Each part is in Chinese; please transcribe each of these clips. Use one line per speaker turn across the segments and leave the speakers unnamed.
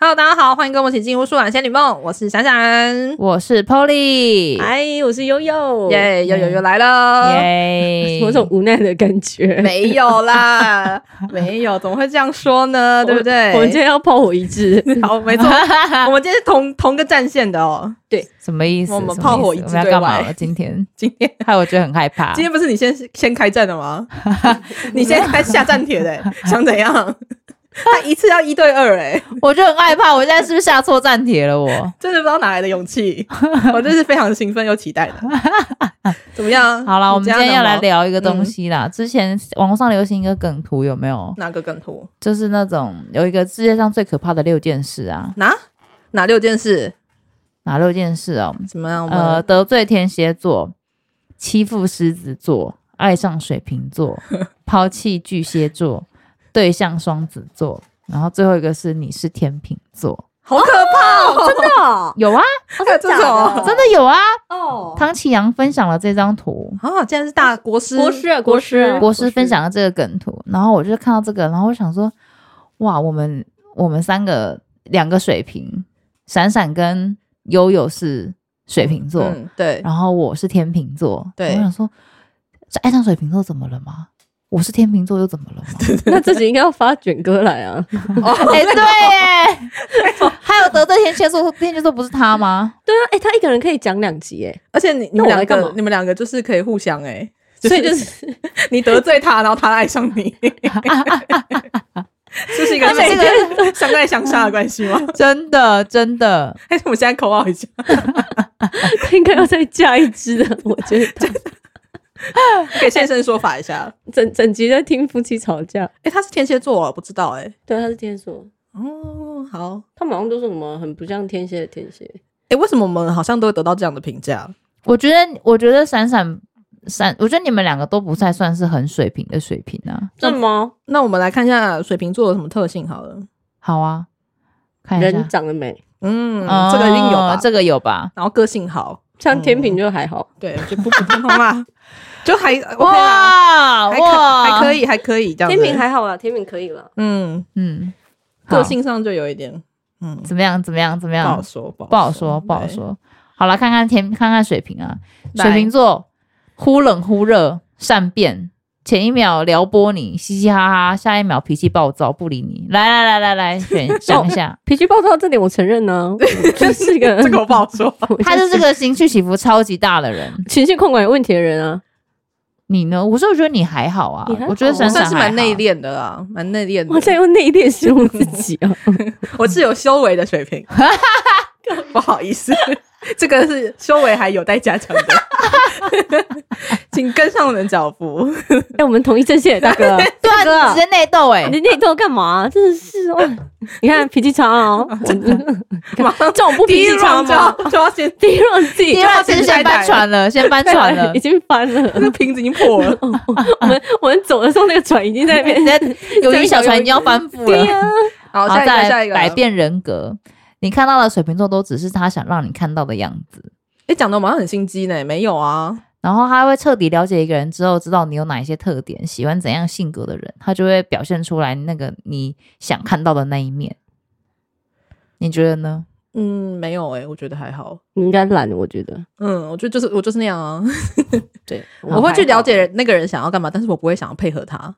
Hello，大家好，欢迎跟我一起进入《舒婉仙女梦》，我是闪闪，
我是 Polly，
嗨，哎我是悠悠，
耶，又又又来了。
耶
某种无奈的感觉，
没有啦，没有，怎么会这样说呢？对不对？
我们今天要炮火一致，
好，没错， 我们今天是同同个战线的哦。
什么意思？
我们
什么意思
炮火一致
我们要干嘛
对外
了？今天
今天
害我觉得很害怕
今。天不是你先先开战的吗？你先开下战帖的、欸想怎样？他一次要一对二哎、
我就很害怕，我现在是不是下错站 帖了？我
真的不知道哪来的勇气，我真是非常兴奋又期待的。怎么样？
好了，我们
这
今
样
天要来
能吗嗯
聊一个东西啦。之前网络上流行一个梗图，有没有？
哪个梗图？
就是那种有一个世界上最可怕的六件事啊，
哪哪六件事？
哪六件事哦？
怎么样？我们
呃，得罪天蝎座，欺负狮子座，爱上水瓶座，抛弃巨蟹座，对象双子座，然后最后一个是你是天秤座，
好可怕哦！
真的哦
有啊，
还有这
假的
种
真的有啊。
哦，
唐启阳分享了这张图，
啊，竟然是大国师，
国师国师
国师分享了这个梗图，然后我就看到这个，然后我想说，哇，我们我们三个两个水瓶，闪闪跟悠悠是水瓶座，
嗯，对，
然后我是天秤座，
对
我想说，这爱上水瓶座怎么了吗？我是天秤座又怎么了吗？
那自己应该要发卷哥来啊，
哦，
哎、对耶，还有得罪天蝎座，天蝎座不是 他吗？
对啊，哎，他一个人可以讲两集哎，
而且你你们
那我
两
来干
个
嘛，
你们两个就是可以互相哎、
所以 就是
你得罪他，然后他爱上你， 这是一个
他们这
相 相爱相杀的关系 吗？
真的，真的，
还是我们现在口号一下？
应该要再加一支的，我 觉得
给先生说法一 下。
整整集在听夫妻吵架，
哎、他是天蝎座、哦，不知道哎、
对，他是天蝎座，
哦，好。
他们好像都是什么很不像天蝎的天蝎，
哎、为什么我们好像都会得到这样的评价？
我觉得，我觉得闪闪闪，我觉得你们两个都不太算是很水平的水平啊。
什么
那我们来看一下水瓶座有什么特性好了。
好啊，看一下
人，长得美，
嗯，这个一定有吧？
哦这个有吧？
然后个性好，
像天平就还好，
对，就普普通通 啦，就还 OK 啦，
哇
还可还可
以，
以，还可以这样子。
天平还好啦，天平可以了，
嗯，
嗯，好
个性上就有一点，嗯，
怎么样？怎么样？怎么
不
样
好？说，不
不好说，不好。
对
说。好了，看看天，看看水瓶啊，
来
水瓶座忽冷忽热，善变，前一秒撩拨你，嘻嘻哈哈，下一秒脾气暴躁，不理你。来来来来来， 选想一下，
脾气暴躁这点我承认 呢，我就是一个
这 个我不好说。
他是这个情绪起伏超级大的人。
情绪控管有问题的人啊，
你呢？我是我觉得你还好啊
你还，好
我觉得
我
闪
算
闪
是蛮
还好
内。敛的啦，蛮内敛
哇，这
的。
样用内敛形容自己啊！
我是有修为的水 平，不好意思， 这个是修为还有待加 强的，请跟上我的脚步。
哎，我们同一阵线，大哥，
对
大
啊，你直
哥，
接内斗哎、
你内斗干嘛？真的是哇！你看脾气差哦，
马上
这种 不
第
脾
一
气差
round 就
吗？
要就要先
第一 round 自己
第
就
二次先搬船了，先搬船 了
已。经翻了。
这瓶子已经破 了，
我们我们走的时候，那个船已经 在那边。
友谊小船 已经要翻覆了。
好，
好，
下一
再
个，
来
下一个，
改变人格。你看到的水瓶座都只是他想让你看到的样子，
哎，讲的我们好像很心机呢，没有啊？
然后他会彻底了解一个人之后，知道你有哪一些特点，喜欢怎样性格的人，他就会表现出来那个你想看到的那一面。你觉得呢？
嗯，没有哎、我觉得还好。
你应该懒，我觉得。
嗯，我觉得就是我就是那样啊，
对，
我会去了解。人那个人想要干嘛，但是我不会想要配合他。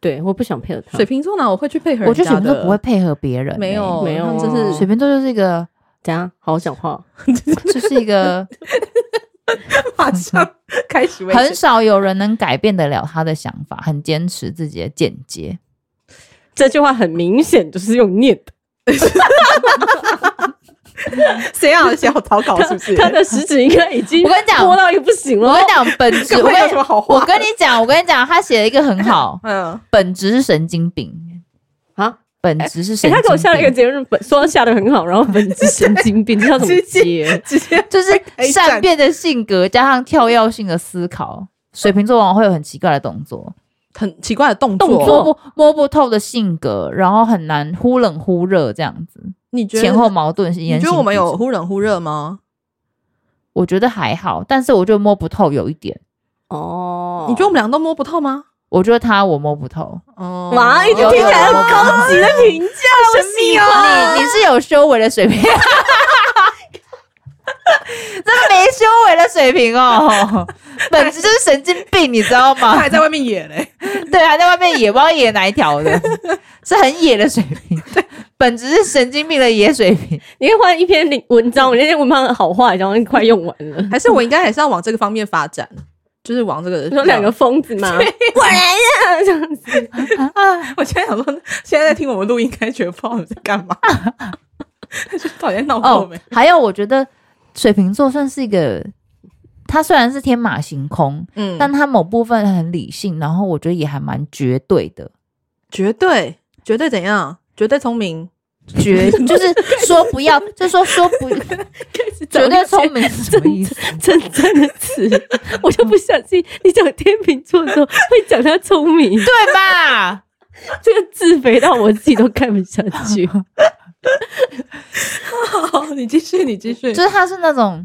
对，我不想配合他
水。瓶座呢，我会去配合
我
人
觉
家
得水
的，
瓶座不会配合别人欸、
没有
没有
他们真
啊
是
水瓶座就是 一个，
怎样？好好讲话。
就是一个
马上 开始危
很
险。
少有人能改变得了他的想法，很坚持自己的见解。
这句话很明显就是用念的，
谁让写好草稿是不是？
他 的食指应该已经
我跟你讲
拖到一个不行
我
了
跟。你讲，本质
这
我
会
跟
哦有什么好
我
话？
跟你讲，我跟你讲，他写了一个很好，
嗯，
本质是神经病
啊，
本质是
欸
神经病。
他给我下了一个结论，本说下的很好，然后本质神经病，这叫什么接？
直接哎
就是善变的性格加上跳跃性的思考，水瓶座往往会有很奇怪的动作，
很奇怪的动作，
动
摸不摸不透的性格，然后很难忽冷忽热这样子，
你觉得
前后？矛盾是
你
言
觉
行
得我们
不
有
足？
忽冷忽热吗？
我觉得还好，但是我就摸不透有一点，
哦
哦你觉得我们两个都摸不透吗？
我觉得他我摸 不透，
哦
哇，一听
有
起来很
有
高级的啊评价，我喜欢
你你是有修为的水 平，这没修为的水平 哦，本质就是神经病，你知道
他
吗？
还在外面演欸嘞，
对啊，在外面野，不知道野哪一条的，是很野的水平，本质是神经病的野水平。
你可以换一篇文文章，我那篇文章的好坏，然后快用完 了。
还是我应该还是要往这个方面发展，就是往这个
你说两个。疯子吗？我来了，这样子。
我现在想说，现在在听我们录音，该觉得不知道我们在干嘛，就到底在闹我
哦
们。，
还有我觉得水瓶座算是一个，他虽然是天马行空，
嗯
但他某部分很理性，然后我觉得也还蛮绝对的，
绝对绝对怎样？绝对聪明，
绝就是说不要，就说说不，绝对聪明是什么意思？
真正的词，我就不相信你讲天秤座的时候会讲他 聪明，
对吧？
这个自肥到我自己都看不下去。
好，你继续，你继续。
就是他是那种，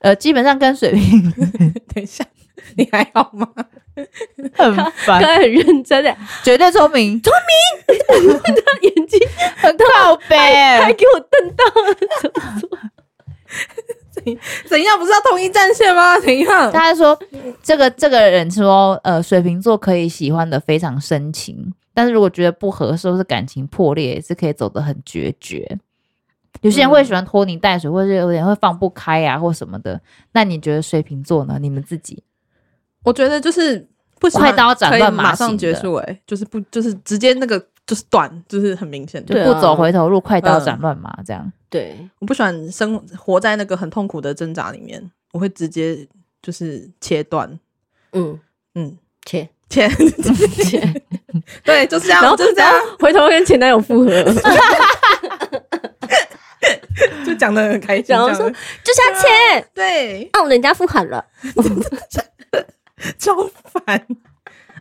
呃，基本上跟水瓶
等一下，你还好吗？
很
刚
烦，
才很认真的，
绝对聪明，聪
他眼睛
很靠
哎
还
背，
给我瞪到了，
怎样？不是要统一战线吗？怎 样？
他还说这个这个人说，呃，水瓶座可以喜欢的非常深情，但是如果觉得不合适或是感情破裂，也是可以走得很决绝。有些人会喜欢拖泥带水，或者有点会放不开啊，或什么的。那你觉得水瓶座呢？你们自己
我觉得就是不喜
快
欢
刀斩
可以
乱麻
马上
型
结
的
束、欸，就是不就是直接那个就是断，就是很明显
就
的。
对啊
不走回头路，快刀斩
嗯
乱麻这样。
对，
我不喜欢生活在那个很痛苦的挣扎里面，我会直接就是切断。
嗯，
嗯，
切
切，
切，
对，就是这
然
样，
后
就是这样，
回头跟前男友复合，
就讲的很开心。
然后
这样
就是要切，
对，
哦，人家复合了，
超烦。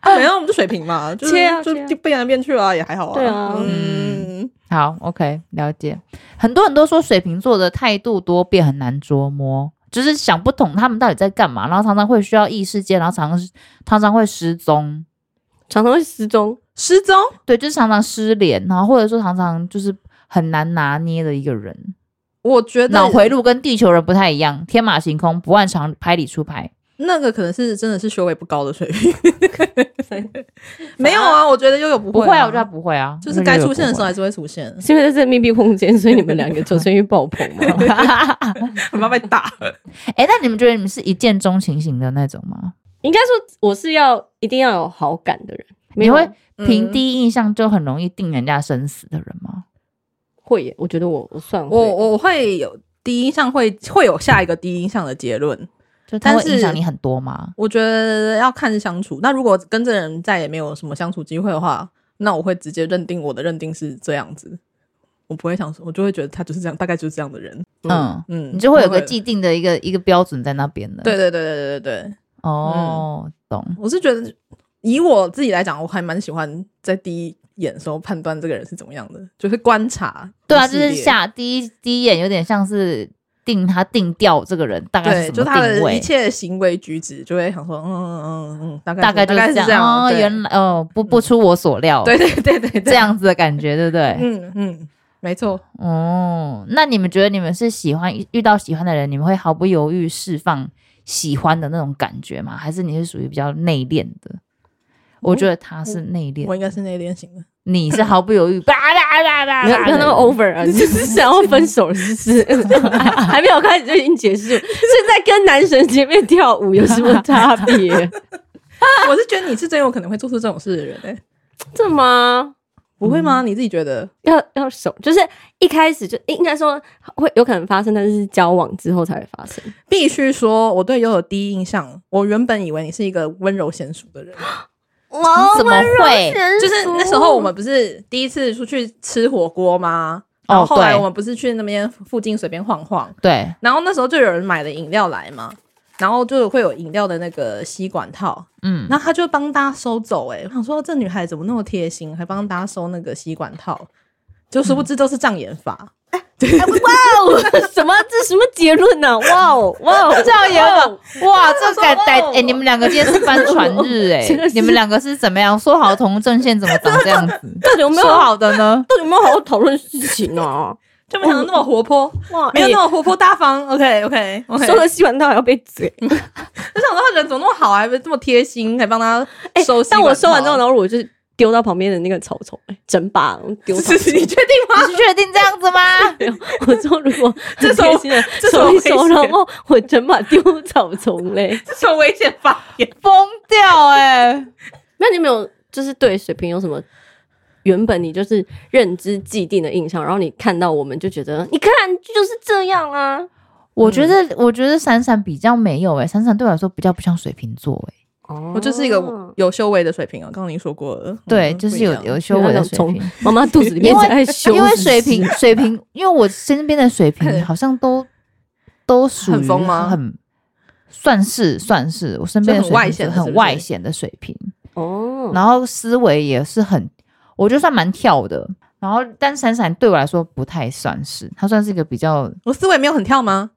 啊，然后我们就水平嘛，就是
切啊
就
切啊
就变来变去啊，也还好啊。
对啊
嗯，
好，OK，了解。很多人都说水瓶座的态度多变，很难捉摸，就是想不懂他们到底在干嘛，然后常常会需要异世界，然后常常常常会失踪，
常常会失踪，
失踪
对，就是常常失联，然后或者说常常就是很难拿捏的一个人，
我觉得
脑回路跟地球人不太一样，天马行空，不按常牌理出牌。
那个可能是真的是修为不高的水平， 没有啊，我觉得悠悠不
不
会、
会啊，我觉得他不会啊，
就是
我觉得
该
有
出现的
不
时候
会
还是会出 现，
是因为在这密闭空间，所以你们两个求生欲爆棚吗？
很怕被打。
哎、那你们觉得你们是一见钟情型的那种吗？
应该说我是要一定要有好感的人，没
你
有
会凭
嗯
第一印象就很容易定人家生死的人吗？
会耶，我觉得我我算会
我我会有第一印象会会有下一个第一印象的结论，
就他
但
会影响
是嗯
你很多吗？
我觉得要看相处。那如果跟这人再也没有什么相处机会的话，那我会直接认定我的认定是这样子，我不会想说，我就会觉得他就是这样，大概就是这样的人。
嗯，
嗯，
你就会有个
我
既定的一个一个标准在那边的。
对，对对对对对对，
哦，懂。
我是觉得，以我自己来讲，我还蛮喜欢在第一眼的时候判断这个人是怎么样的，就是观察一系列。
对啊，就是下第一第一眼有点像是定他定调这个人大概
对，
是
就
什
他
么定
的一
位，
切行为举止，就会想说，嗯嗯嗯嗯，大概
大概
大
就
概
是
是
这
这样。
哦，
对嗯
原来哦，不不出我所料，
对对对对对，
这，样子的感觉，对不对？
嗯嗯，没错。
哦，那你们觉得你们是喜欢遇到喜欢的人，你们会毫不犹豫释放喜欢的那种感觉吗？还是你是属于比较内敛的？我觉得他是内敛
我，应该是内敛型的，
你是毫不犹豫，叭叭叭叭，
没有没有那么 over 啊，你就是想要分手是不是？ 还没有开始就已经结束，现在跟男神前面跳舞有什么差别？
我是觉得你是真有可能会做出这种事的人欸诶、
这吗？
不会吗？你自己觉得？
要要手，就是一开始就应该说会有可能发生，但是交往之后才会发生。
必须说，我对悠悠第一印象，我原本以为你是一个温柔娴熟的 人，哦
你怎么
欸
会？哦
就是那时候我们不是第一次出去吃火锅吗？然后后来
对
我们不是去那边附近随便晃晃，
对，
然后那时候就有人买了饮料来嘛，然后就会有饮料的那个吸管套，
嗯，
然后他就帮大家收走、欸。哎，我想说这女嗯孩怎么那么贴心，还帮大家收那个吸管套，就殊不知都是障眼法。
哇哦， 什么这什么结论呢、哇哦，哇哦，
赵岩
哇
哇，这改改
哦
哎，你们两个今天是帆船日 哎、
真的是
你们两个是怎么样说好同阵线怎么长这样子？
到底有没有
啊
说好的呢？
到底有没有好好讨论事情啊？
就没想到那么活泼，
哇，
没有那
哎
么活泼大 方。OK OK OK，
收了吸管到还要被嘴，
嗯就想到他人怎么那么好，还这么贴心，还帮他
哎
收吸管套。
但我收完之后，然后我就丢到旁边的那个草丛，哎，整把我丢到。
是是你确 定吗？
你是确定这样子吗？
我说如果
这
很
是
贴
我
心的
这是我
收一
危
收，
险
然后我整把丢草丛嘞。
这是危险发言。
疯掉哎、
嗯
那你有没有就是对水瓶有什么原本你就是认知既定的印象，然后你看到我们就觉得你看就是这样啊？
我觉得，我觉得闪闪比较没有哎、闪闪对我来说比较不像水瓶座哎、
哦
我就是一个有修为的水平啊，刚刚您说过了。
对，
嗯
就是有
不一样
有修为的水
从
瓶，
妈妈肚子里面
因为
才在修，
因为水瓶水瓶，因为我身边的水 瓶好像都都属于
很疯吗
很算是算是我身边的
就很外
水
显
瓶
的
是
是不
很
是
外显的水瓶，
哦，
然后思维也是很，我觉得算蛮跳的。然后，但闪闪对我来说不太算是，他算是一个比较
我思维没有很跳 吗？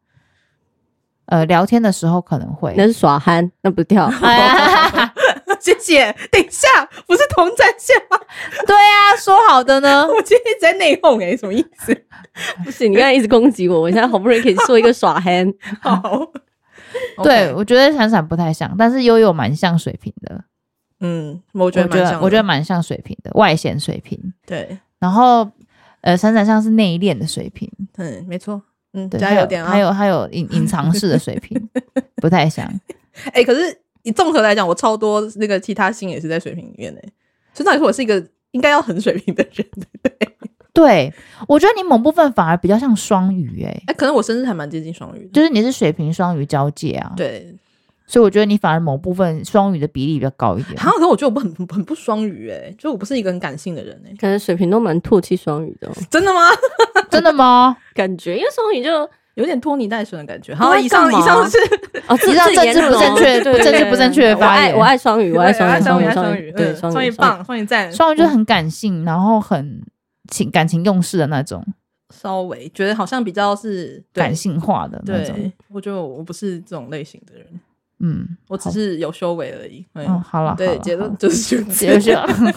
呃，聊天的时候可能会。
那是耍憨，那不跳。 啊
哎
姐姐，等一下，不是同战线 吗？
对啊，说好的呢，
我今天一直在内讧哎，什么意思？
不是，你刚才一直攻击我，我现在好不容易可以说一个耍憨。
好，
对
OK，
我觉得闪闪不太像，但是悠悠蛮像水瓶的，
嗯，我
我
觉得蛮像的，
我觉得蛮像水瓶的，外显水瓶。
对，
然后，呃，闪闪像是内敛的水瓶，
嗯，没错，嗯，
对，
加油点啊！
还有还有还有隐隐藏式的水 瓶，不太像。
哎、可是你综合来讲，我超多那个其他星也是在水平里面哎、所以照理说我是一个应该要很水平的人，对不对？
对，我觉得你某部分反而比较像双鱼、欸，
哎、可能我生日还蛮接近双鱼的，
就是你是水瓶双鱼交界啊，，
对，
所以我觉得你反而某部分双鱼的比例比较 高一点。
好像可是我觉得我不很很不双鱼哎、就我不是一个很感性的人哎、
感觉水瓶都蛮唾弃双鱼的哦、
真的吗？
真的 吗？
感觉，因为双鱼就
有点拖泥带水的感觉。
都
好，
在
以上啊
干嘛
以上是
哦，这
你知道
这个言
政治不
论哦
正确
对
不正确
对对
不正确的
对
发
我爱
言
我爱双鱼，我爱双
对
鱼，
双鱼，爱
双
双
鱼，
鱼，
对，
嗯
双
双鱼
鱼，
棒，双鱼赞，
双鱼就很感性，然后很情感情用事的那种，
稍微觉得好像比较是对
感性化的那种
对。，我觉得我我不是这种类型的人，
嗯，
我只是有修为而已。嗯
嗯，好了，好
对，
了
结
好
论
了
就是如此
结论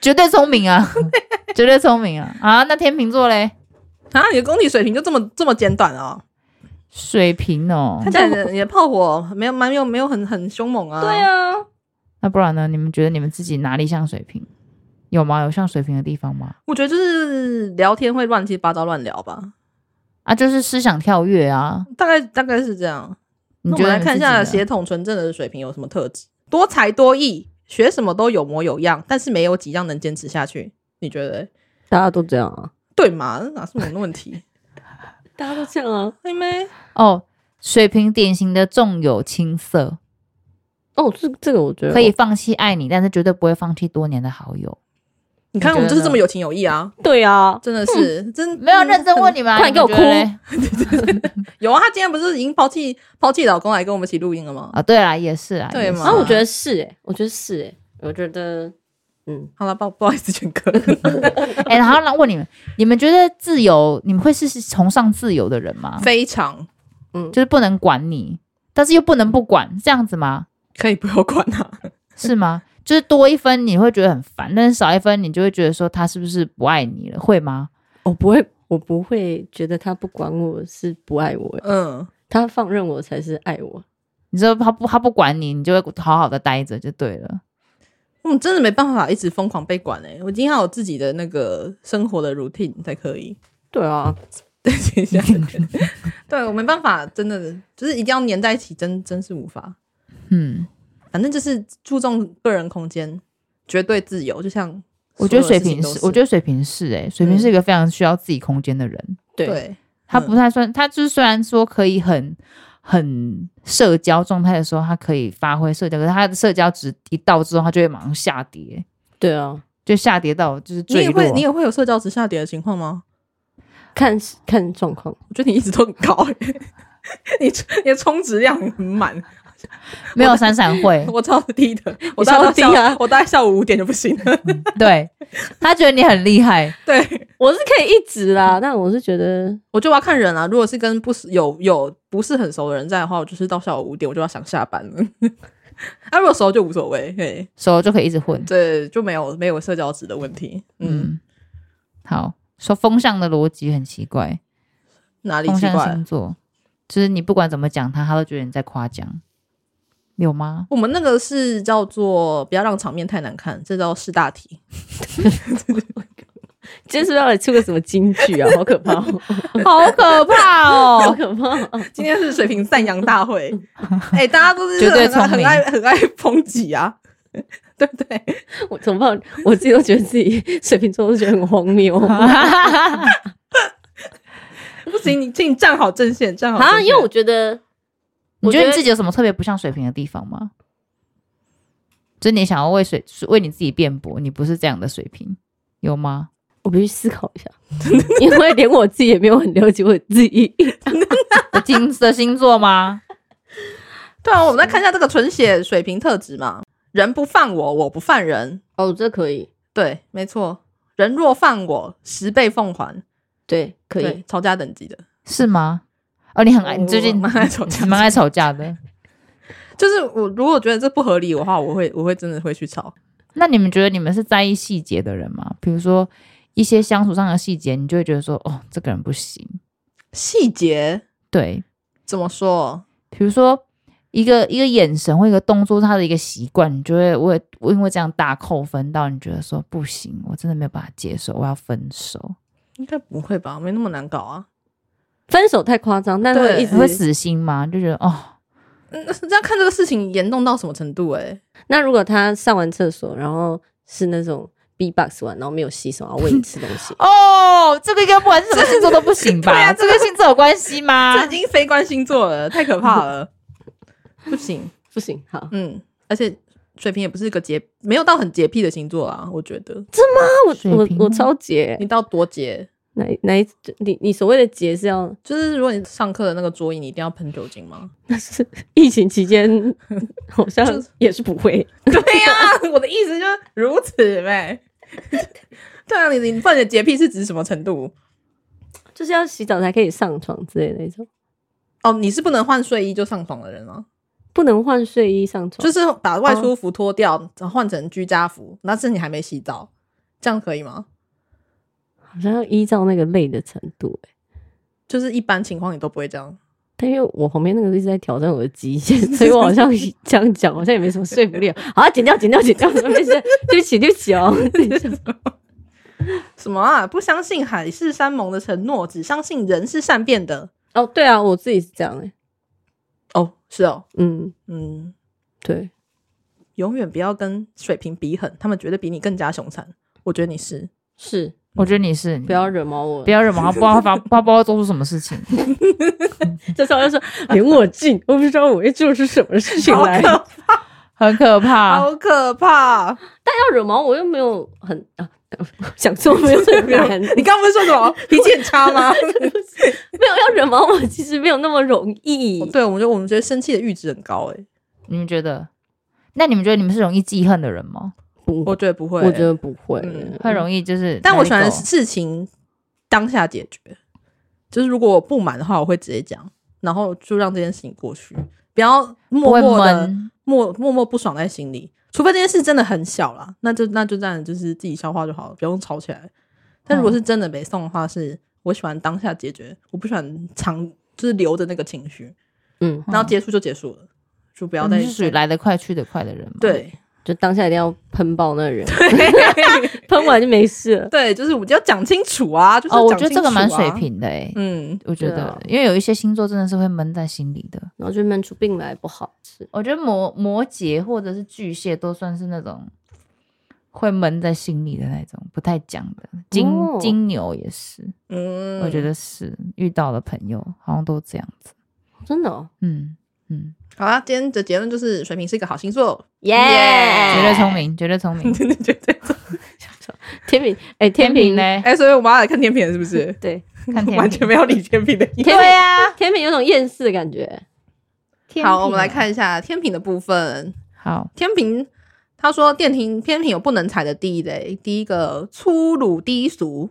绝对聪明啊，绝对聪明啊！啊，那天秤座嘞，
啊，你的功底水平就这么这么简短啊、
水瓶哦
哦？看，起来你的你的炮火没有蛮有没有很很凶猛啊？
对，啊，
那不然呢？你们觉得你们自己哪里像水瓶？有吗？有像水瓶的地方吗？
我觉得就是聊天会乱七八糟乱聊吧，
啊，就是思想跳跃啊！
大概大概是这样。
你
那我
觉
们
得
来
你
看一
自己
下
呢
协同纯正的水平有什么特质？多才多艺，学什么都有模有样，但是没有几样能坚持下去。你觉得
大家都这样啊，
对吗？哪是我们的问 题？
大家都这样啊。
妹妹，
哦。水瓶典型的重有轻色，
哦，这这个我觉得
可以放弃爱你，但是绝对不会放弃多年的好友。
你看
你觉得
我们就是
呢嗯
这么有情有义啊！
对啊，
真的是，真
没有认真问你们啊，
突然
你们
给我
觉得嘞
有啊，她今天不是已经抛弃抛弃老公来跟我们一起录音了吗？
啊！对啦，也是啊，
对
也是
嘛
然后我觉得是哎，我觉得是哎，我觉得嗯，
好了，不不好意思，全 哥，
哎、然后让问你们，你们觉得自由，你们会是是崇尚自由的人 吗？
非常
就是不能管你，但是又不能不管，是这样子 吗？
可以不要管啊。
是吗？就是多一分你会觉得很烦，但是少一分你就会觉得说他是不是不爱你了，会吗？
我不会，我不会觉得他不管我是不爱我欸，
嗯，
他放任我才是爱我。
你知道他不他不管你，你就会好好的待着就对了。
我们真的没办法一直疯狂被管哎、我一定要有自己的那个生活的 routine 才可以。
对啊，
对，等一下， 对我没办法，真的就是一定要黏在一起，真真是无法。
嗯，
反正就是注重个人空间，绝对自由，就像
我觉得
所
水
有的事情
瓶
都
是，我觉得水瓶是、欸，水瓶是一个非常需要自己空间的人。
对，
对，
他不太算，他就是虽然说可以很很社交状态的时候，他可以发挥社交，可是他的社交值一到之后，他就会马上下跌，
对啊，
就下跌到就是
你
坠
也
落
会。你也会有社交值下跌的情况吗？
看看状况。
我觉得你一直都很高、欸，你你的充值量很满，，
没有闪闪会
我超低的，我大概到
超低
下午
啊
我大概下午五点就不行 了。
对他觉得你很厉害，
对，
我是可以一直啦， 但我是觉得
我就要看人啊。如果是跟不是有有不是很熟的人在的话，我就是到下午五点我就要想下班了。 啊，如果熟就无所谓，嘿，
手就可以一直混。
这就没有没有社交值的问题。嗯，
嗯，好，说风向的逻辑很奇怪，
哪里
风
奇
向
怪
星？座就是你不管怎么讲他，他都觉得你在夸奖，有吗？
我们那个是叫做不要让场面太难看，这叫试大题。
今天是不是要来出个什么金句啊？好可怕、 哦，
好可怕
好
哦！
可怕、哦！
今天是水平赞扬大 会，哎、大家都是
绝对
很爱
聪
很
明
爱很爱抨击啊， 对不对？
我怎么办？我自己都觉得自己水瓶座都觉得很荒 谬
不行，你请你站好阵线，站好阵
啊，
线
因为我觉得
你
我
觉
觉
得
得
你自己有什么特别不像水瓶的地方吗？就是你想要为水为你自己辩驳，你不是这样的水平，有吗？
我必须思考一下， 因为连我自己也没有很了解我自己。
的金 的星座吗？
对啊，我们再看一下这个纯血水平特质嘛，人不犯我，我不犯人，
哦，这可以，
对，没错，人若犯我，十倍奉还，
对，可
对哎
以，，
吵架等级的，
是吗？哦，你很爱，
我
你最近
我蛮 爱吵架
你蛮爱吵架的。
就是我如果觉得这不合理的话，我会我会真的会去吵，
那你们觉得你们是在意细节的人吗？比如说一些相处上的细节，你就会觉得说，哦，这个人不行。
细节
对，
怎么说？
比如说一个一个眼神或一个动作，他的一个习惯，你就会为我因为这样大扣分到你觉得说不行，我真的没有办法接受，我要分手，
应该不会吧，没那么难搞啊。
分手太夸张，但
对
会一
你会
直。
死心吗？就觉得哦，，
嗯，那是这样看这个事情严重到什么程度、欸？
那如果他上完厕所，然后是那种 B box 完，然后没有洗手，然后喂你吃东西
哦，这个应该不管是什么星座都不行 吧？
对啊
这跟星座有关系吗
这已？经非关星座了，太可怕 了， 不行。
不行，好，
嗯，而且水瓶也不是一个洁，没有到很洁癖的星座啊。我觉得
那
水
我我
瓶
我
吗
超洁
你，到多洁，
哪哪一你你所谓的洁是要
就是如果你上课的那个桌椅，你一定要喷酒精吗？
那是 疫情期间好像
就是
也是不 会，
对呀、我的意思就是如此呗。 对啊，你你犯的洁癖是指什么程度？
就是要洗澡才可以上床之类的那种，
哦，你是不能换睡衣就上床的人吗？
不能换睡衣上床，
就是把外出服脱掉，然后换成居家服，那是你还没洗澡，这样可以吗？
好像要依照那个累的程度、欸。
就是一般情况你都不会这样。
但因为我旁边那个一直在挑战我的极限， 所以我好像这样讲好像也没什么说服力。啊好，剪掉，剪掉，剪掉，没事，对不起，对不起哦。
什么啊？不相信海誓山盟的承诺，只相信人是善变的。
哦，对啊，我自己是这样哎、欸，
哦，是哦，
嗯，
嗯，
对，
永远不要跟水瓶比狠，他们绝对比你更加凶残。我觉得你是，
是
我觉得你是
不要惹毛我
不。要惹毛他，不知道他发 他不知道做出什么 事情。
这时候就说 连我进，我不知道我会做出什么事情
好
来。啊
可
很可怕，
好可怕！
要惹毛我又没有很啊，想做 没有很难，
你刚不是说什么脾气很差 吗？
没有要惹毛我，其实没有那么容易。
对，我们就我们觉得生气的阈值很高欸诶、
你们觉得？那你们觉得你们是容易记恨的人吗？
不
我觉得不会、
我觉，得不会，
嗯
会容易就是，
但我喜欢事情当下解决，就是如果我不满的话，我会直接讲，然后就让这件事情过去，不要
不
默
会
默的
闷，
默默默不爽在心里，除非这件事真的很小啦，那就那就这样，就是自己消化就好了，不用吵起来。但如果是真的北宋的话，是我喜欢当下解决，我不喜欢藏，就是留着那个情绪，
嗯，
然后结束就结束了，就不要
哦你
再
们是属于来得快去得快的人吗？，
对
就当下一定要喷爆那个人，喷完就没事了。
对，就是我们要讲清楚啊，就是
哦，我
讲
觉得
清
这个蛮
楚啊
水，平的诶，
嗯，
我觉
对
得
啊，
因为有一些星座真的是会闷在心里的。
然后就闷出病来，不好吃。
我觉得摩摩羯或者是巨蟹都算是那种会闷在心里的那种，不太讲的。金、
哦
金牛也是，
嗯，
我觉得是遇到的朋友好像都这样子。
真的、哦，
嗯嗯，
好啦，今天的结论就是水瓶是一个好星座，
耶、哎
绝对聪明，绝对聪明。
真的觉得。
天平，哎、
天
天
平
平
呢？？
哎、所以我们要来看天平了是不是？
对，
看天平
完全没有理天平的意思。
天
对呀、
天平有种厌世的感觉，
天
好，
秤
我们来
啊，
看一下天平的部分。
好，
天平他说电平天平有不能踩的地雷，第一个粗鲁低俗，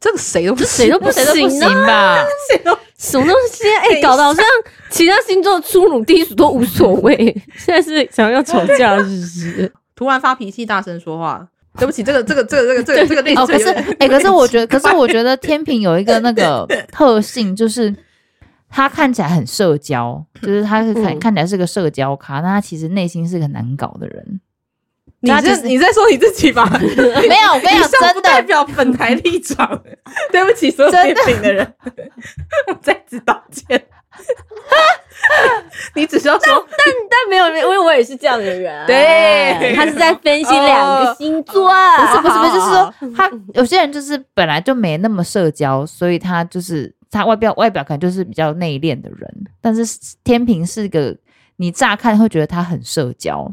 这个谁都不
这谁都不
谁都不
行
行
啊
吧？
谁都
什么东西啊？哎、
等 一下
搞得好像其他星座粗鲁低俗都无所 谓，现在是想要吵架是不是？
突然发脾气，大声说话。对不起，这个这个这个这个这个这个例子
哦，可是
有点
哎、可是我觉得，可是我觉得天平有一个那个特性，就是他看起来很社交，就是他是看、
嗯
看起来是个社交咖，但他其实内心是个难搞的人。
你
他就
这
是
你在说你自己吧？
没 有，我跟你
以
讲，
上不
真
代
的
表本台立场。对不起，所有
真
点
的
评的人， 我再次道歉。 你只需要说
但没有，因为我也是这样的人、啊
对哦
他是在分析两个星座，
不是不是不是，就是
好
说他有些人就是本来就没那么社交，所以他就是他外表外表可能就是比较内敛的人，但是天平是个你乍看会觉得他很社交，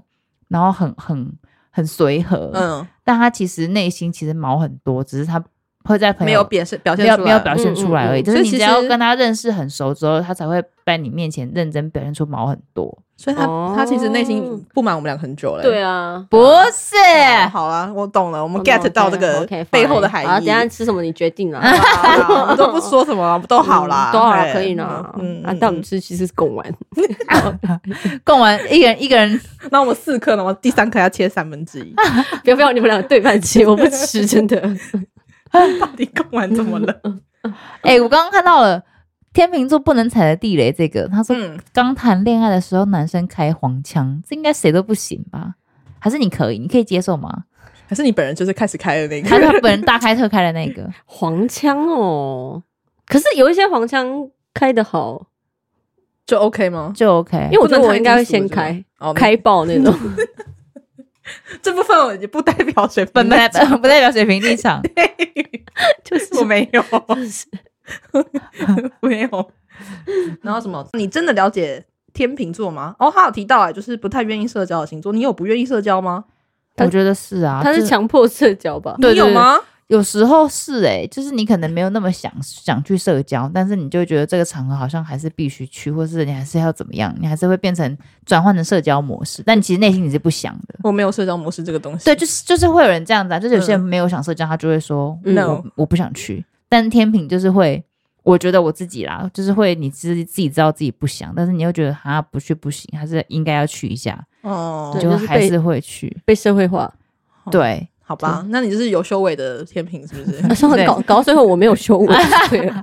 然后很很很随和，
嗯，
但他其实内心其实毛很多，只是他会在朋友
没有表现表现
没有
出
没有
来
表。现出来而已。
嗯嗯嗯
就
所
是
以
你
其
只要
实
跟他认识很熟之后，他才会在你面前认真表现出毛很多。
所以他
哦
他其实内心不满我们俩很久了。
对啊。哦
不 是，
哦，好了，我懂了，我们 get 到这个
OK，fine
背后的含义。
好，等一下吃什么你决定了。
好啊啦我们都不说什么了，我们 都好啦，
嗯都好
嘿
可以呢。
嗯，
啊，
嗯
但我们吃其实是贡丸，
供完一个人一个人，
那我们四颗呢，我们第三颗要切三分之一。
不要不要你们两个对半切，我不 吃，真的。
到底贡丸怎么了？
哎、我刚刚看到了。天秤座不能踩的地雷，这个他说
嗯，
刚谈恋爱的时候男生开黄腔，这应该谁都不行吧？还是你可以，你可以接受吗？
还是你本人就是开始开的那
还是他
个？
本人大开特开的那个？
黄腔哦，可是有一些黄腔开的好，
就 OK 吗？
就 OK，
因为我觉得
不能太
我应该会
低俗
先
是吧
开
哦，
开爆那 种。
这部分我也不代表水分
本
的
来不代表水平立场。
就是我没有，没有。然后什么？你真的了解天秤座吗？哦，他有提到哎、就是不太愿意社交的星座，你有不愿意社交吗？
我觉得是啊，
他
就是
强迫社交吧？
对
你有吗？
有时候是哎、就是你可能没有那么想想去社交，但是你就会觉得这个场合好像还是必须去，或是你还是要怎么样，你还是会变成转换成社交模式，但其实内心你是不想的。
我没有社交模式这个东西。
对，就是就是会有人这样子啊，就是有
嗯
些人没有想社交，他就会说，
嗯
我我不想去。但天平就是会，我觉得我自己啦，就是会你自己自己知道自己不想，但是你又觉得啊不去不行，还是应该要去一下，
哦
你，
对
就
就是
还
被
是会去。
被社会化，
对，
好吧，那你就是有修为的天平是不是？
上次
对
啊搞搞到最后我没有 修我，对啊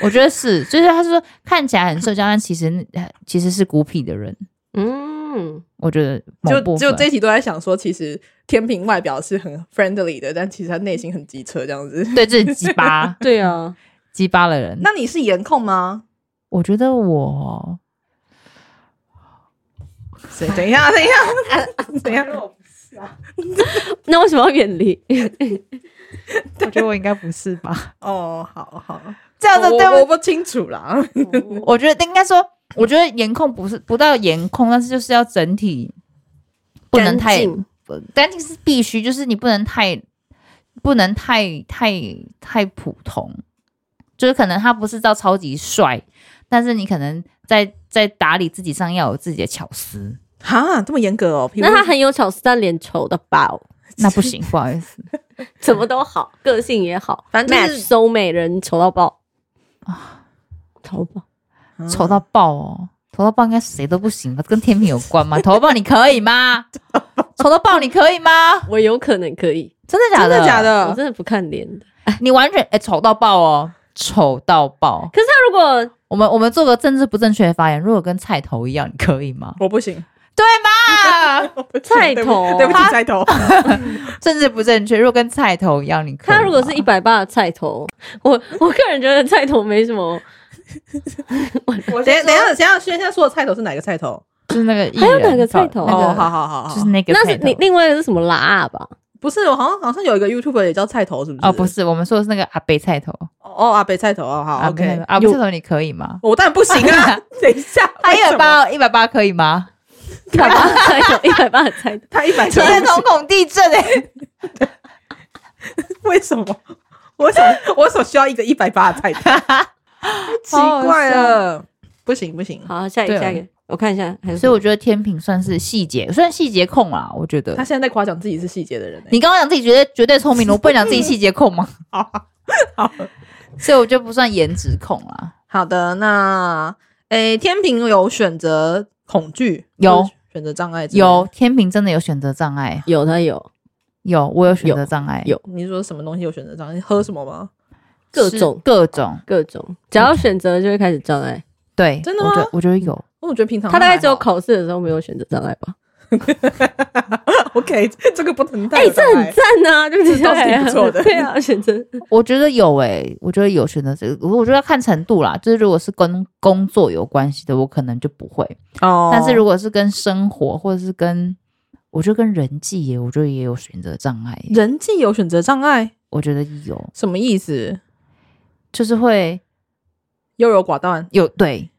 我觉得是，就是他是说看起来很社交，但其实呃其实是孤僻的人。
嗯，
我觉得某
就
部分
就这一集都在想说，其实天平外表是很 friendly 的，但其实他内心很机车这样子。
对这是鸡巴
对啊，
鸡巴的 人。
那你是颜控吗？
我觉得 我
谁？等一下，等一下， 等一下，
那为什么要远离？
我觉得我应该不是吧？
哦，好好，
这样子
我
对
我我
不？
不清楚啦。
我觉得应该说，我觉得颜控不是不到颜控，但是就是要整体不能太
干净
呃干净是必须，就是你不能太不能太太太普通，就是可能他不是到超级帅，但是你可能在在打理自己上要有自己的巧思。
哈，这么严格哦？比如
那他很有巧思，但脸丑的爆，
那 不行，不好意思，
怎么都好， 个性也好，
反正就
match
是
收美人丑到爆啊，丑爆！
丑到爆哦！丑到爆应该谁都不行吧？跟天平有关吗？丑到爆你可以吗？ 丑到爆你可以吗？
我有可能可以，
真的假
真
的？
的假？
我
的？
真的不看脸的。
你完全哎丑到爆哦！丑到爆！
可是他如果
我们我们做个政治不正确的发言，如果跟菜头一样，你可以吗？
我不 行，
对
啊
吗？
我不行
菜
对不起
头
啊
对不起，菜头，
政治不正确，如果跟菜头一样，你可以吗
他如果是一百八的菜头， 我我个人觉得菜头没什么，
等一下等一下，等一下，轩现在说的菜头是哪个菜头？
就是那个艺人
还有哪个菜头
那个
哦，好好好
就是
好，
那个
那
菜
是
头
你另外一个是什么拉啊吧？
不是，我好像好像有一个 YouTuber 也叫菜头，是不是？
哦，不，是，我们说的是那个阿北菜头，
哦，阿北菜头，哦，好
阿北菜头
，OK，
阿北
有
菜头，你可以吗？
我当然不行啊！ 等一下，
他一
为什么？
百八，一百八可以吗？
一百八的菜头，一百八的菜头，
他一百
现在瞳孔地震哎、
为什么？我所我所需要一个一百八的菜头，奇怪了，不行不行，
好，下一
对
个，下一个，啊我看一下，还是
所以我觉得天平算是细节，算细节控啦。我觉得
他现在在夸奖自己是细节的人欸、
你刚刚讲自己绝对绝对聪明了，我不能讲自己细节控吗？
好好
所以我就不算颜值控啦。
好的，那诶，天平有选择恐惧，
有
或者选择障碍，
有，天平真的有选择障碍，
有他有
有我有选择障碍，
有
你说什么东西有选择障碍？你喝什么吗？
各
是
种
各种，
各种，只要选择就会开始障碍。
对，
真的
我觉
吗
得我觉得有，
我觉得平常
他大概只有
考
考试的时候没有选择障碍吧？
OK，这个不能带
哎、
有
这
障碍。
很赞啊，对不起，
这倒是挺不错的
对啊，选择
我觉得有诶、我觉得有选择这个，我觉得要看程度啦。就是如果是跟工作有关系的，我可能就不会；
哦
但是如果是跟生活或者是跟，我觉得跟人际耶，我觉得也有选择障碍耶、
人际有选择障碍，
我觉得有，
什么意思？
就是会
优柔寡断。
有对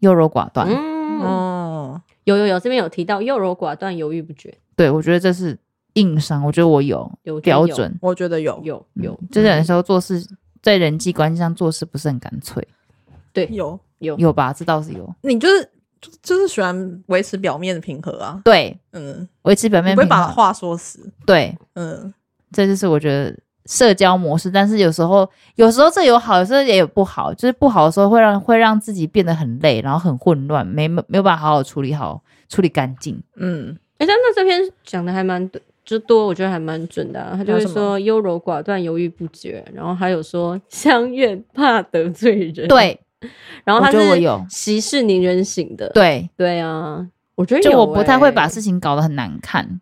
优柔寡断，
嗯，
哦，
有有有，这边有提到优柔寡断、犹豫不决，
对我觉得这是硬伤，我觉得我有
有
标准，
我觉得有
有有
嗯就是有时候做事在人际关系上做事不是很干脆，
有，
有有
有吧？这倒是有，
你就是就就是喜欢维持表面的平和啊，
对，
嗯，
维持表
你
面
不会
平
把
衡
话说死，
对。
嗯，
这就是我觉得社交模式。但是有时候，有时候这有好，有时候也有不好。就是不好的时候，会让会让自己变得很累，然后很混乱，没没有办法好好处理好，处理干净。
嗯，
哎、但那这篇讲的还蛮多就多，我觉得还蛮准的、啊。他就
还
会
有什么
说优柔寡断、犹豫不决，然后还有说相怨怕得罪人。，
对，
然后
我
他
觉得我
是
有，
息事宁人型的。
对，
对啊，我觉得
就
有
我不太
欸
会把事情搞得很难看，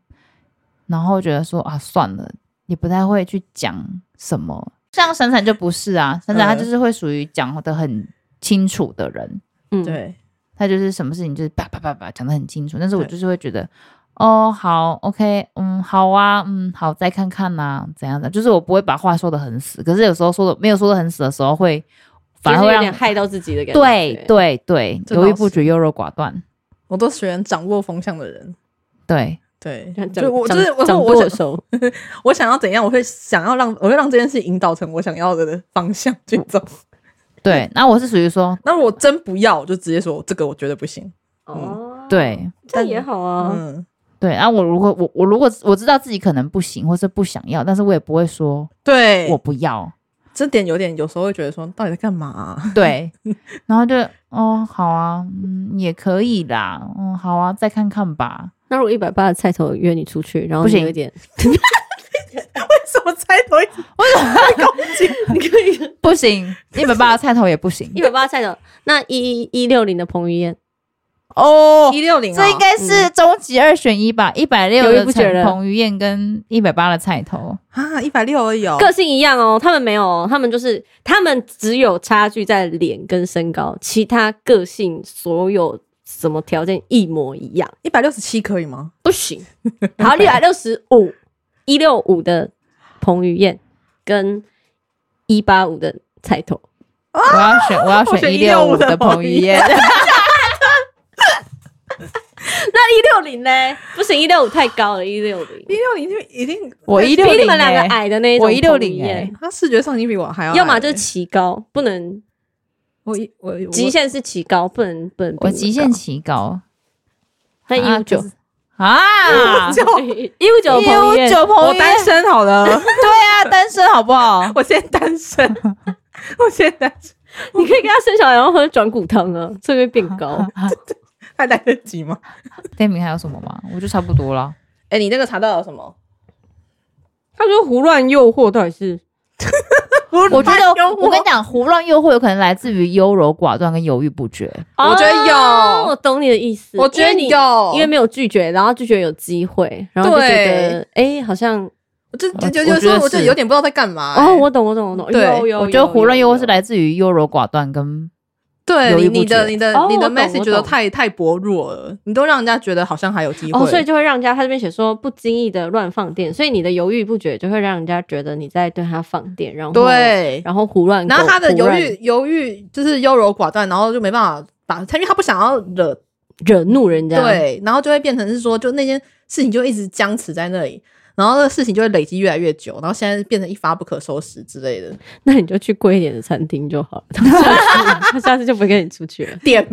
然后觉得说啊算了，也不太会去讲什么。像闪闪就不是啊，闪闪她
嗯
就是会属于讲的很清楚的人，
嗯，
对，
他就是什么事情就是叭叭叭叭讲得很清楚，但是我
对
就是会觉得，哦，好，OK，嗯，好啊，嗯，好，再看看呐、怎样的，就是我不会把话说的很死，可是有时候说的没有说的很死的时候会，
就
反而
是
会
有
让
点害到自己的感觉。
对对对，
这倒
犹豫不
是
决，优柔寡断，
我都喜欢掌握风向的人。
对，
对，
看掌，
就我就
掌
是我
掌
我
舵
想
手，
我想要怎样，我会想要让我会让这件事引导成我想要的方向去走。
对，那我是属于说，
那如果真不要，我就直接说这个我觉得不行。
哦，，
嗯对
这样也好啊。
嗯，
对，啊，我如果我我如果我知道自己可能不行或是不想要，但是我也不会说
对，
我不要，
这点有点有时候会觉得说到底在干嘛啊、
对，然后就哦，好啊，嗯，也可以啦，嗯，好啊，再看看吧，
那如果一百八的菜头约你出去，然后
不
你
行
有 一点，
为什么猜头一直
你可以
不行，一百八的菜头也不行
一百八的菜头，那一一六零的彭于晏，
哦。
一六零？啊
这应该是终极二选一吧，一百六
嗯犹豫
的
不决
陈
了
彭于晏跟一百八的菜头，
啊，一百六而已哦。
个性一样哦，他们没有哦，他们就是他们只有差距在脸跟身高，其他个性所有什么条件一模一样，
一百六十七可以吗？
不行。 好，六百六十五，一六五的彭于晏跟一八五的菜 头，啊
我要选我要
我选
选一六
165
五
的
的彭于晏，
那一六零呢？不行，一六五太高了，一六零
一。六零就已经
我
一
一
比
六
你
零
们两个矮的那一种
我
彭于晏，
160哎
他视觉上已经比我还要矮，
要么就是奇高，不能
我一我我
极限是奇高，不能不能比
我
那么
极限
高，
奇高
那一五九
啊，
就
一五九彭于
一五
晏，
九彭
我
于
单
晏，
身好 了，
对啊，单身好不好？
我现在单身， 我现在单身
你可以跟他生小孩，然后喝转骨汤啊，所以会变高。
还来得及吗？
天明还有什么吗？我就差不多了。
哎、你那个查到了什么？
他说胡乱诱惑到底是
我觉得我跟你讲，胡乱诱惑有可能来自于优柔寡断跟犹豫不决。
我觉得有
哦我懂你的意思。
我觉得
因为你
有
因为没有拒绝，然后拒绝有机会，然后就觉得哎，好像
我就就
我
就
我
有时
觉
候
得
我就是有点不知道在干嘛、
哦，
哎
我懂，我懂，我懂。
对
有有，
我觉得
有
胡乱
有
诱惑是来自于优柔寡断跟
对
犹豫
你
不
你的
决
你的、
哦
你
我
的
懂我
message 都
懂
太太薄弱了，你都让人家觉得好像还有机会、
哦，所以就会让人家他这边写说不经意的乱放电，所以你的犹豫不决就会让人家觉得你在对他放电，然后，
对。
然后胡乱，
然后他的
胡
犹
乱
豫犹豫就是优柔寡断，然后就没办法把，他因为他不想要惹
惹怒人家，
对，然后就会变成是说，就那件事情就一直僵持在那里。然后这个事情就会累积越来越久，然后现在变成一发不可收拾之类的。
那你就去贵一点的餐厅就好了。他下次他下次就不会跟你出去了，
点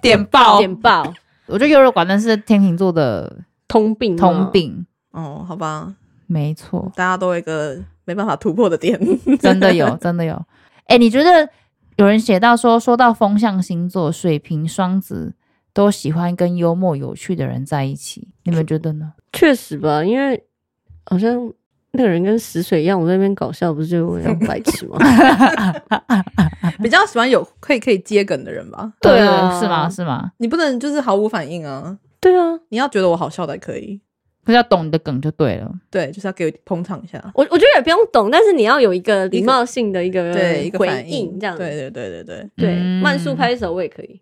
点爆
点爆
我觉得优柔寡断是天秤座的
通病吗
通，病，
哦，好吧，
没错，
大家都有一个没办法突破的点。
真的 有，真的有。哎、你觉得有人写到说，说到风象星座，水瓶、双子都喜欢跟幽默有趣的人在一起，你们觉得呢？
确实吧，因为好像那个人跟死水一样，我在那边搞笑，不是就我一样白痴 吗？
比较喜欢有可以可以接梗的人吧，
对啊
是吗？是吗？
你不能就是毫无反应啊，
对啊，
你要觉得我好笑才可以。
就是要懂你的梗就对了。
对，就是要给我捧场一下，
我我觉得也不用懂，但是你要有一个礼貌性的一个
对，一个
呃回
反
应，这样
对对对对对，
对
嗯
慢速拍手我也可以，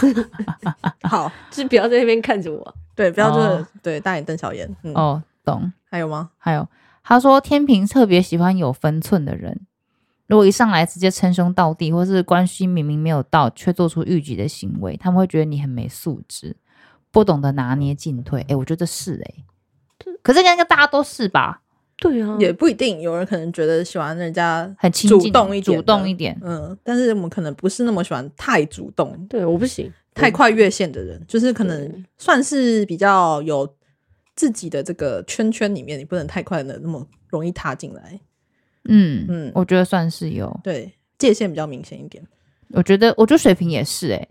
好，
就是不要在那边看着我。
对，不要就是、
哦
对大眼瞪小眼。嗯，
哦，懂。
还有吗？
还有，他说天平特别喜欢有分寸的人，如果一上来直接称兄道弟，或是关系明明没有到，却做出逾矩的行为，他们会觉得你很没素质，不懂得拿捏进退。哎、我觉得是哎、可是应该大家都是吧，
对啊，
也不一定，有人可能觉得喜欢人家
很亲
主
近
动一点
主
的
动一点。
嗯，但是我们可能不是那么喜欢太主动、
对我不行，
太快越线的人，就是可能
对
算是比较有自己的这个圈圈里面，你不能太快的那么容易踏进来，
嗯
嗯
嗯，我觉得算是有。
对，界限比较明显一点。
我觉得，我觉得水瓶也是哎、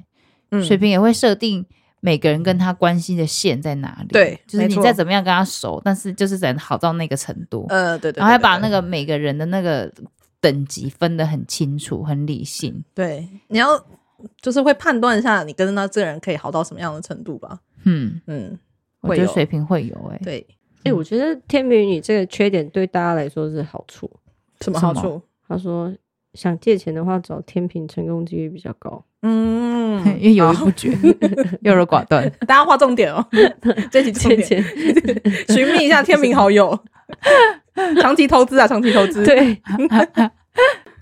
嗯，
水瓶也会设定每个人跟他关系的线在哪里。
对
就是
没
你
错
再怎么样跟他熟，但是就是只能好到那个程度。
呃，对对对，
然后还
对
把
对
那个每个人的那个等级分得很清楚、很理性。
对，你要就是会判断一下你跟他这个人可以好到什么样的程度吧。
嗯，
嗯，
我
会
觉得
有
水平会有哎、 欸，
对，
哎、我觉得天平你这个缺点对大家来说是好处。
什么
什
好
么
处？
他说想借钱的话找天平，成功几率比较高。
嗯
因为犹豫
好
不决、优柔寡 断。
大家划重点 哦，这期重
借
点，
钱
寻觅一下天平好友，长期投资啊，长期投资。
对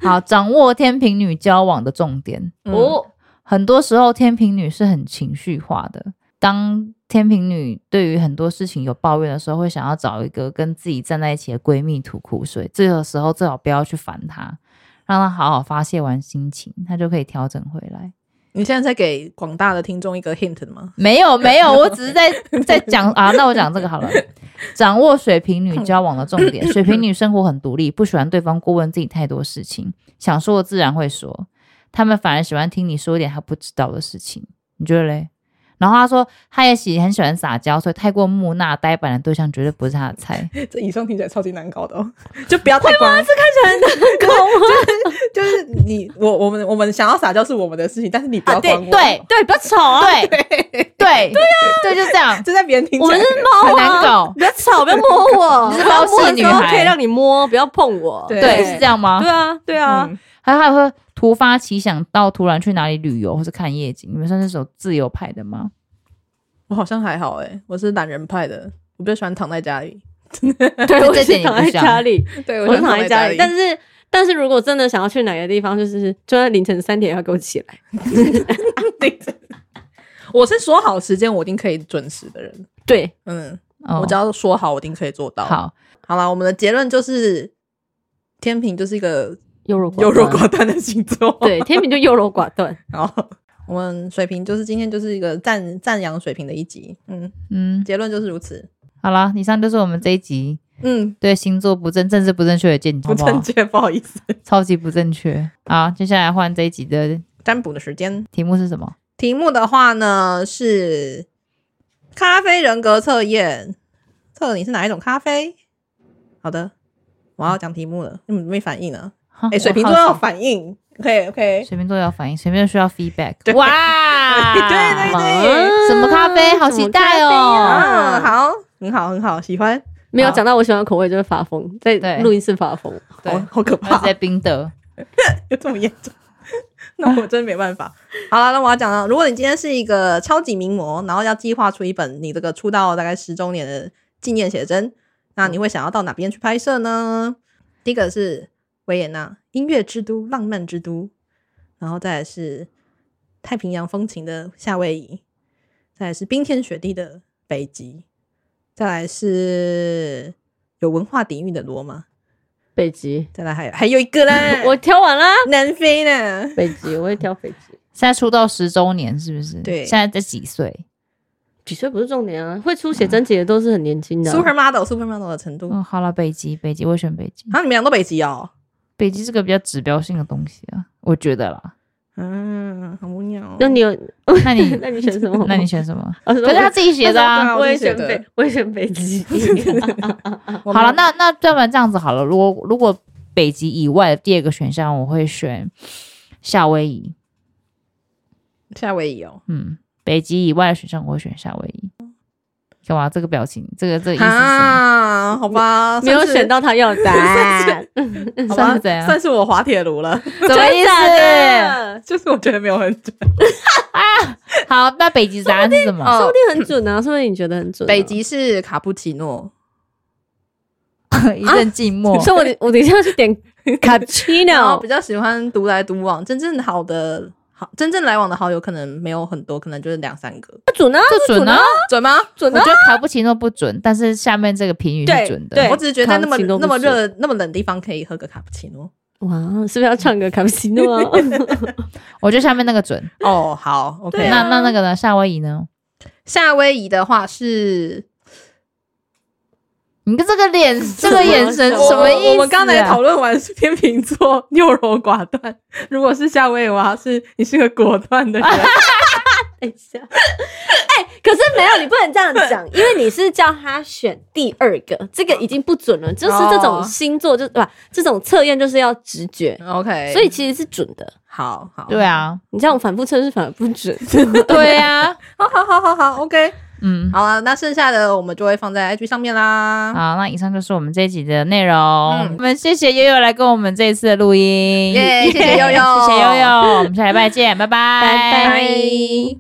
好，掌握天平女交往的重点。哦
嗯，
很多时候天平女是很情绪化的。当天平女对于很多事情有抱怨的时候，会想要找一个跟自己站在一起的闺蜜吐苦水。这个时候最好不要去烦她，让她好好发泄完心情，她就可以调整回来。
你现在在给广大的听众一个 hint 吗？
没有没有，我只是在在讲啊。那我讲这个好了，掌握水瓶女交往的重点。水瓶女生活很独立，不喜欢对方过问自己太多事情，想说自然会说。他们反而喜欢听你说一点他不知道的事情，你觉得嘞？然后他说，他也喜很喜欢撒娇，所以太过木讷呆板的对象绝对不是他的菜。
这以上听起来超级难搞的哦， 就不要太光。这看起来难搞就是你我我们我们想要撒娇是我们的事情，但是你不要
啊对
管我。
对
对，不要吵啊！
对对对呀，对就这样，
就在别人听起来，
我们是猫、啊，
很难搞
不要吵，不要摸 我。
你是猫系女孩
我可以让你摸，不要碰我。
对
对是这样吗？
对啊，对啊，
嗯
还有还会突发奇想到突然去哪里旅游或是看夜景，你们算是走自由派的吗？
我好像还好哎、我是懒人派的，我比较喜欢躺在家里。
对
这
我
这
是
点也
躺
不
在
像
家里，
对，
我是躺在
在
家里
里，，
但是。但是如果真的想要去哪个地方，就是就算凌晨三点也要给我起来，
我是说好时间，我一定可以准时的人。
对，
嗯，
哦
我只要说好，我一定可以做到。，
好，
好了，我们的结论就是，天平就是一个
优柔寡
优柔
断，
寡断的星座。，
对，天平就优柔寡断，
好，我们水瓶就是今天就是一个赞赞扬水瓶的一集。嗯，
嗯，
结论就是如此。
好啦，以上就是我们这一集
嗯，
对星座不正、政治不正确的见解，
不
好不好
正？确，不好意思。
超级不正确。好，接下来换这一集的
占卜的时间，
题目是什么？
题目的话呢是咖啡人格测验，测你是哪一种咖啡。好的，我要讲题目了，你们没反应呢？
哎
哎、水瓶座要反应，OK OK，
水瓶座要反应，水瓶座需要 feedback
对。，
哇
对对对啊
什么咖啡好期待哦
什么咖啡啊
嗯，好，很好很好，喜欢，
没有
好
讲到我喜欢的口味就会发疯，在
对
录音室发疯。
对
好好可
我要直
怕
接，冰的。
有这么严重？那我真没办法。好了，那我要讲了，如果你今天是一个超级名模，然后要计划出一本你这个出道大概十周年的纪念写真，那你会想要到哪边去拍摄呢？第一个是维也纳，音乐之都、浪漫之都，然后再来是太平洋风情的夏威夷，再来是冰天雪地的北极，再来是有文化底蕴的罗马，
北极，，
再来还有还有一个啦
我挑完啦，
南非呢？
北极，我也挑北极。
现在出道十周年是不是？
对
现在在几岁？
几岁不是重点啊，会出写真集的都是很 年轻的啊、
Super model Super model 的程度。
嗯，好了，北极，北极，我选北极。
啊，你们俩都北极哦。
北极是个比较指标性的东西啊，我觉得啦。
嗯，好无聊哦。
那你有？
那你
那你选什 么？
那你选什 么？
啊？可
可是他自己写的啊。
啊
我也
我自己写
选
的
北，我也选北 极。啊
我
好了，
们
那那要不然这样子好了，如果如果北极以外的第二个选项，我会选夏威夷。
夏威夷哦。
嗯，北极以外的选项我会选夏威夷。干嘛这个表情？这个这个意思是什
啊，好吧，
没有
算是
选，到他要的答 案，
么？
好
算
吧
是怎，样？
算是我滑铁卢了。
什么意思？
就是我觉得没有很准。
好，那北极答案是什么？
说不定很准啊，说不定你觉得很准啊。
北极是卡布奇诺，
哦
一阵寂 寞。
所以我等我等一下去 点
然后
cappuccino
哦比。较喜欢独来独往，真正好的好，真正来往的好友可能没有很多，可能就是两三个，
不准啊，
不准啊！
准吗？
准
我
啊
觉！得卡布奇诺不准，但是下面这个评语是
对
准的。
对
我只是觉得在那么
卡布奇诺不
那么
准
热、那么冷的地方可以喝个卡布奇诺。
哇，是不是要唱个 cappuccino 啊？
我觉得下面那个准。
哦，好，OK。
对啊
那那那个呢？夏威夷呢？
夏威夷的话是
你跟这个 脸、这个眼神
我
什么意思、啊？
我们刚才讨论完是天秤座 优柔寡断，如果是夏威夷的话，是你是个果断 的人。
等一下，哎、可是没有，你不能这样讲，因为你是叫他选第二个，这个已经不准了。就是这种星座，就对吧？这种测验就是要直觉，
OK，
所以其实是准的。
好好
对，啊，
你这样反复测试反而不准。
对啊，
好好好好好，OK，
嗯，
好了，那剩下的我们就会放在 IG 上面啦。
好，那以上就是我们这一集的内容。
嗯
我们谢谢悠悠来跟我们这一次的录音，
耶谢谢悠悠
谢谢悠悠，我们下礼拜见，拜拜，
拜
拜。